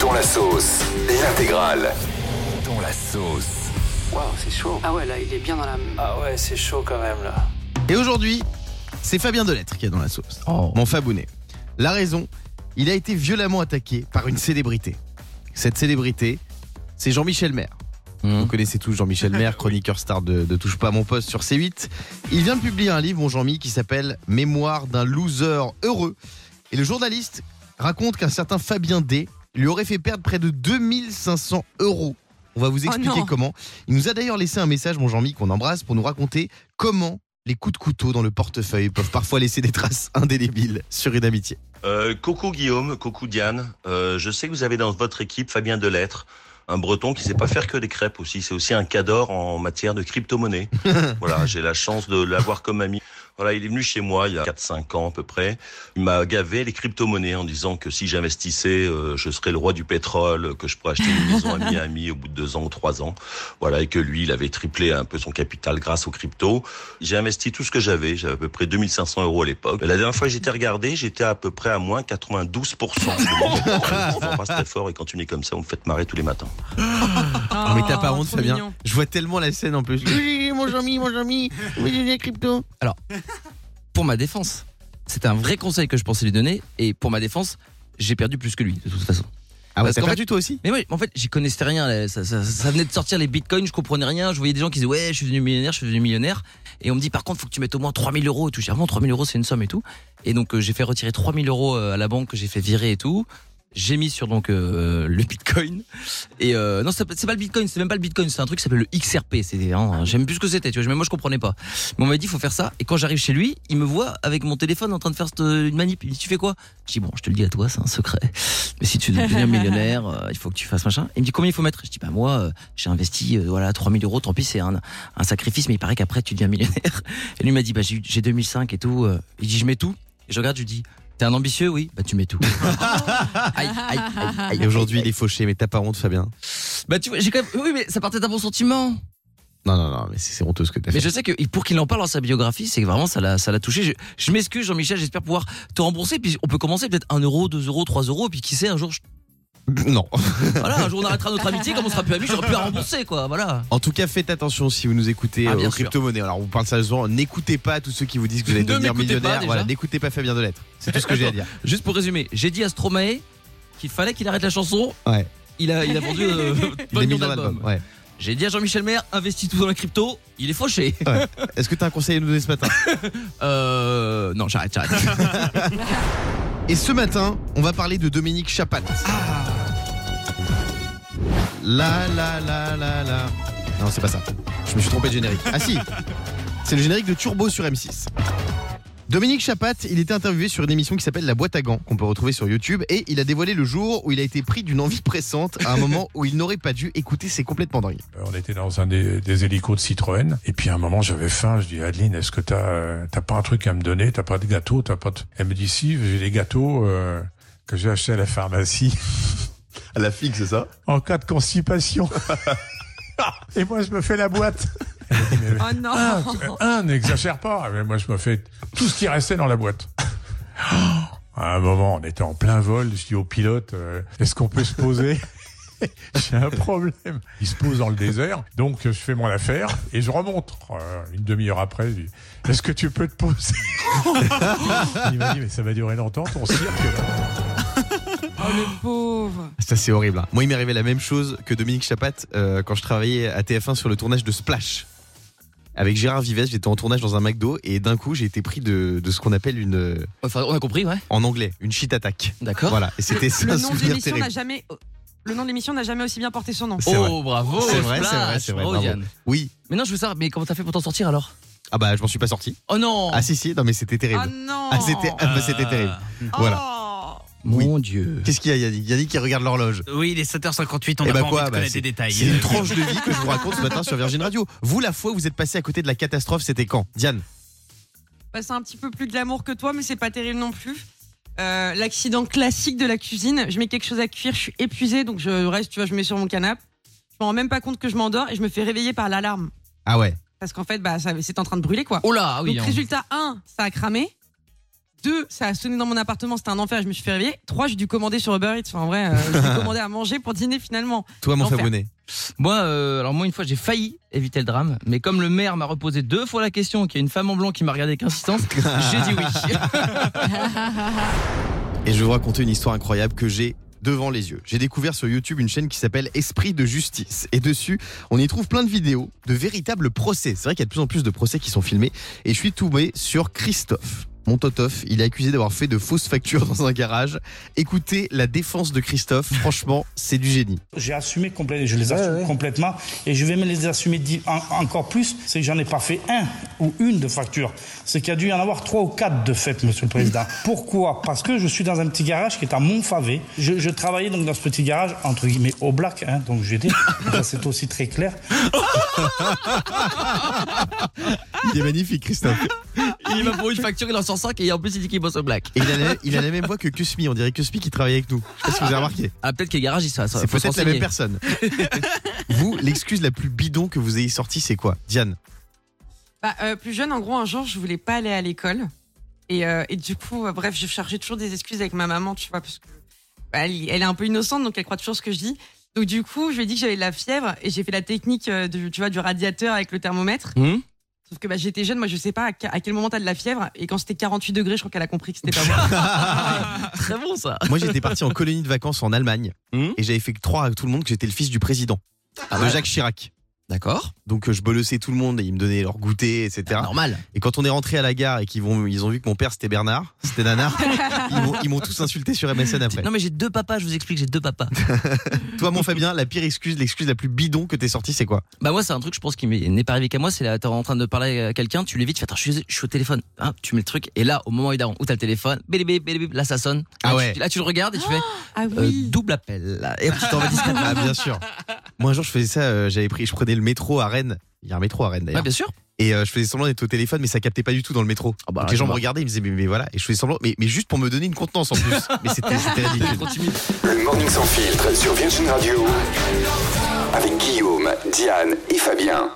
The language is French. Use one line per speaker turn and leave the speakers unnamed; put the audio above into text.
Dont la sauce. Et l'intégrale.
Dont la sauce.
Waouh, c'est chaud.
Ah ouais, là, il est bien dans la.
Ah ouais, c'est chaud quand même là.
Et aujourd'hui, c'est Fabien Delettre qui est dans la sauce. Mon Fabounet. La raison, il a été violemment attaqué par une célébrité. Cette célébrité, c'est Jean-Michel Maire. Vous connaissez tous Jean-Michel Maire, chroniqueur star de, de Touche pas à mon poste sur C8. Il vient de publier un livre, mon Jean-Mi, qui s'appelle Mémoire d'un loser heureux. Et le journaliste raconte qu'un certain Fabien D lui aurait fait perdre près de 2500 euros. On va vous expliquer
non.
comment. Il nous a d'ailleurs laissé un message, mon Jean-Mi, qu'on embrasse, pour nous raconter comment les coups de couteau dans le portefeuille peuvent parfois laisser des traces indélébiles sur une amitié.
Euh, coucou Guillaume, coucou Diane. Euh, je sais que vous avez dans votre équipe Fabien Delettre, un breton qui sait pas faire que des crêpes aussi. C'est aussi un cador en matière de crypto-monnaie. voilà, j'ai la chance de l'avoir comme ami. Voilà, il est venu chez moi il y a 4-5 ans à peu près. Il m'a gavé les crypto-monnaies en disant que si j'investissais, euh, je serais le roi du pétrole, que je pourrais acheter une maison à Miami au bout de 2 ans ou 3 ans. Voilà, et que lui, il avait triplé un peu son capital grâce aux cryptos. J'ai investi tout ce que j'avais. J'avais à peu près 2500 euros à l'époque. La dernière fois que j'étais regardé, j'étais à peu près à moins 92%. Je vous embrasse très fort et continuez comme ça, vous me faites marrer tous les matins.
Ah, mais t'as pas
Oh,
honte,
trop
Fabien
mignon.
Je vois tellement la scène en plus. Oui, mon ami, mon ami, oui, les cryptos.
Pour ma défense, c'était un vrai conseil que je pensais lui donner. Et pour ma défense, j'ai perdu plus que lui, de toute façon.
Ah ouais,
Parce
t'as
qu'en
perdu toi aussi
Mais moi, en fait, j'y connaissais rien. là. Ça, ça- ça venait de sortir les bitcoins, je comprenais rien. Je voyais des gens qui disaient Ouais, je suis devenu millionnaire, je suis devenu millionnaire. Et on me dit Par contre, faut que tu mettes au moins 3000 euros et tout. J'ai dit, Ah bon, 3000 euros, c'est une somme et tout. Et donc, euh, j'ai fait retirer 3000 euros euh, à la banque que j'ai fait virer et tout. J'ai mis sur donc euh, le bitcoin. Et euh, non, c'est pas c'est pas le bitcoin, c'est même pas le bitcoin, c'est un truc qui s'appelle le XRP. C'est des- hein, J'aime plus ce que c'était, tu vois. Même moi, je comprenais pas. Mais on m'a dit Faut faire ça. Et quand j'arrive chez lui, il me voit avec mon téléphone en train de faire cette- euh, une manip. Il me dit Tu fais quoi Je dis Bon, je te le dis à toi, c'est un secret. Mais si tu veux devenir millionnaire, euh, il faut que tu fasses machin. Il me dit combien il faut mettre Je dis bah moi euh, j'ai investi euh, voilà 3000 euros, tant pis c'est un, un sacrifice, mais il paraît qu'après tu deviens millionnaire. Et lui m'a dit bah j'ai j'ai 2005 et tout. euh. Il dit je mets tout. Et je regarde, je lui dis t'es un ambitieux oui Bah tu mets tout. Aïe,
Ah,
aïe, aïe, aïe,
Et aujourd'hui,
aïe,
il est fauché, mais t'as pas honte, Fabien
aïe. bah tu vois j'ai quand même oui mais ça partait d'un bon sentiment.
Non, non, non, mais c'est c'est honteux ce que t'as fait.
Mais je sais que pour qu'il en parle dans sa biographie, c'est que vraiment ça l'a ça l'a touché. Je, je m'excuse Jean-Michel, j'espère pouvoir te rembourser. Puis on peut commencer peut-être 1 euro, 2 euros, 3 euros, puis qui sait un jour je-
Non.
voilà un jour on arrêtera notre amitié, comme on sera plus amis, j'aurai plus à rembourser quoi voilà.
En tout cas, faites attention si vous nous écoutez
Ah,
euh,
bien
aux
sûr.
crypto-monnaies. Alors, on parle sérieusement, n'écoutez pas tous ceux qui vous disent que vous allez
Ne
devenir
m'écoutez pas,
millionnaire.
déjà.
Voilà, n'écoutez pas Fabien Delettre. C'est tout ce que j'ai à dire.
Juste pour résumer, j'ai dit à Stromae qu'il fallait qu'il arrête la chanson.
Ouais.
Il a, il a vendu euh, 20
Les
millions
millions d'albums.
d'albums.
Ouais.
J'ai dit à Jean-Michel Maire, investis tout dans la crypto. Il est fauché.
Est-ce que t'as un conseil à nous donner ce matin
Euh, non, j'arrête, j'arrête.
Et ce matin, on va parler de Dominique Chapat. La la la la la. Non, c'est pas ça. Je me suis trompé de générique. Ah si C'est le générique de Turbo sur M6. Dominique Chapat, il était interviewé sur une émission qui s'appelle La boîte à gants, qu'on peut retrouver sur YouTube, et il a dévoilé le jour où il a été pris d'une envie pressante à un moment où il n'aurait pas dû écouter, c'est complètement dingue.
Euh, On était dans un des, des hélicos de Citroën. Et puis à un moment, j'avais faim. Je dis, Adeline, est-ce que t'as, euh, t'as pas un truc à me donner T'as pas de gâteau T'as pas de... Elle me dit, si, j'ai des gâteaux euh, que j'ai achetés à la pharmacie
À la figue, c'est ça
en cas de constipation. Et moi, je me fais la boîte. Elle me dit, mais
Oh non
Ah,
un, un, n'exagère pas. Mais moi, je me fais tout ce qui restait dans la boîte. Oh, À un moment, on était en plein vol. Je dis au pilote, euh, est-ce qu'on peut se poser J'ai un problème. Il se pose dans le désert. Donc, je fais mon affaire et je remonte. Euh, une demi-heure après, je dis, est-ce que tu peux te poser Il m'a dit, mais ça va durer longtemps, ton cirque. là.
Oh le pauvre
Ça, c'est horrible. hein. Moi, il m'est arrivé la même chose que Dominique Chapat euh, quand je travaillais à TF1 sur le tournage de Splash. Avec Gérard Vives, j'étais en tournage dans un McDo et d'un coup, j'ai été pris de, de ce qu'on appelle une, euh,
Enfin, on a compris, ouais.
en anglais, une shit attack.
D'accord.
Voilà, et c'était ça
Oh. Le
un
nom de
souvenir
l'émission
terrible.
n'a jamais. Le nom de l'émission n'a jamais aussi bien porté son nom.
C'est vrai.
Oh, bravo. Oh,
C'est vrai,
Splash.
c'est vrai, c'est vrai,
Bravo,
bravo.
Diane.
Oui.
Mais non, je veux savoir, mais comment t'as fait pour t'en sortir alors
Ah bah, je m'en suis pas sorti.
Oh non Euh,
Ah si, si, non mais c'était terrible.
Oh non
Ah, c'était ah, bah, c'était terrible.
Oh.
Voilà.
Mon Dieu.
Qu'est-ce qu'il y a, Yannick Yannick qui regarde l'horloge.
Euh, Oui, il est 7h58, on
Eh
n'a
ben
pas
quoi,
envie de
bah,
connaître des détails.
C'est une tranche de vie que je vous raconte ce matin sur Virgin Radio. Vous, la fois où vous êtes passé à côté de la catastrophe, c'était quand Diane
Bah, c'est un petit peu plus glamour que toi, mais c'est pas terrible non plus. Euh, L'accident classique de la cuisine. Je mets quelque chose à cuire, je suis épuisée, donc je reste, tu vois, je mets sur mon canapé. Je m'en rends même pas compte que je m'endors et je me fais réveiller par l'alarme.
Ah ouais.
Parce qu'en fait, bah, ça- c'est en train de brûler, quoi.
Oh là, ah oui.
donc,
hein.
résultat 1, ça a cramé. Deux, ça a sonné dans mon appartement, c'était un enfer, je me suis fait réveiller. Trois, j'ai dû commander sur Uber Eats. Enfin, en vrai, euh, j'ai commandé à manger pour dîner finalement.
Toi, mon
L'enfer.
abonné.
Moi, euh, alors moi une fois j'ai failli éviter le drame, mais comme le maire m'a reposé deux fois la question, qu'il y a une femme en blanc qui m'a regardé avec insistance, j'ai dit oui.
Et je vais vous raconter une histoire incroyable que j'ai devant les yeux. J'ai découvert sur YouTube une chaîne qui s'appelle Esprit de justice. Et dessus, on y trouve plein de vidéos de véritables procès. C'est vrai qu'il y a de plus en plus de procès qui sont filmés. Et je suis tombé sur Christophe. Mon totof, il est accusé d'avoir fait de fausses factures dans un garage. Écoutez la défense de Christophe, franchement, c'est du génie.
J'ai assumé complètement, je les assume complètement, et je vais me les assumer di- en- encore plus, c'est que j'en ai pas fait un ou une de facture, c'est qu'il y a dû y en avoir trois ou quatre de fait, Monsieur le Président. Pourquoi Parce que je suis dans un petit garage qui est à Montfavet. Je, je travaillais donc dans ce petit garage entre guillemets au black, hein, donc je vais dire, ça c'est aussi très clair.
Il est magnifique, Christophe.
Ah, il va pour une facture, il en sort 5 et en plus il dit qu'il bosse au black.
Et il a, la, il a la même voix que Cusmi, on dirait Cusmi qui travaille avec nous. Je sais pas si vous avez remarqué.
Ah peut-être que les garages ils sont.
C'est peut-être la même personne. vous, l'excuse la plus bidon que vous ayez sortie, c'est quoi Diane
Bah, euh, plus jeune, en gros, un jour, je voulais pas aller à l'école. Et, euh, et du coup, euh, bref, je cherchais toujours des excuses avec ma maman, tu vois, parce que bah, elle, elle est un peu innocente, donc elle croit toujours ce que je dis. Donc du coup, je lui ai dit que j'avais de la fièvre et j'ai fait la technique euh, de, tu vois, du radiateur avec le thermomètre.
Hmm.
Sauf que bah, j'étais jeune, moi je sais pas à, que- à quel moment t'as de la fièvre. Et quand c'était 48 degrés, je crois qu'elle a compris que c'était pas bon.
Ah, Très bon ça.
Moi, j'étais parti en colonie de vacances en Allemagne
Hmm. Ah
et j'avais fait croire à tout le monde que j'étais le fils du président, de Jacques Chirac.
D'accord.
Donc, euh, je bolossais tout le monde et ils me donnaient leur goûter, etc.
Normal.
Et quand on est rentré à la gare et qu'ils vont, ils ont vu que mon père c'était Bernard, c'était Nanar, ils m'ont- ils m'ont tous insulté sur MSN après.
Non mais j'ai deux papas, je vous explique, j'ai deux papas.
Toi, mon Fabien, la pire excuse, l'excuse la plus bidon que t'es sortie, c'est quoi
Bah moi c'est un truc je pense qui m'est- n'est pas arrivé qu'à moi, c'est là t'es en train de parler à quelqu'un, tu l'évites, tu fais attends je suis, je suis au téléphone, Hein, tu mets le truc et là au moment où il est où t'as le téléphone, bip, bip, bip, bip, là ça sonne,
Ah
Là,
ouais.
tu, là tu le regardes et tu fais
Ah
euh,
oui.
double appel là. et tu t'en vas discrètement.
Ah, bien sûr. Moi, un jour, je faisais ça, euh, j'avais pris, je prenais le métro à Rennes. Il y a un métro à Rennes
Ouais,
d'ailleurs.
bien sûr.
Et euh, je faisais semblant d'être au téléphone, mais ça captait pas du tout dans le métro.
Ah bah,
Donc, les gens
je
me
vois.
regardaient, ils me disaient, mais, mais voilà. Et je faisais semblant, mais, mais juste pour me donner une contenance en plus. mais c'était c'était ridicule.
Le Morning Sans Filtre sur Virgin Radio. Avec Guillaume, Diane et Fabien.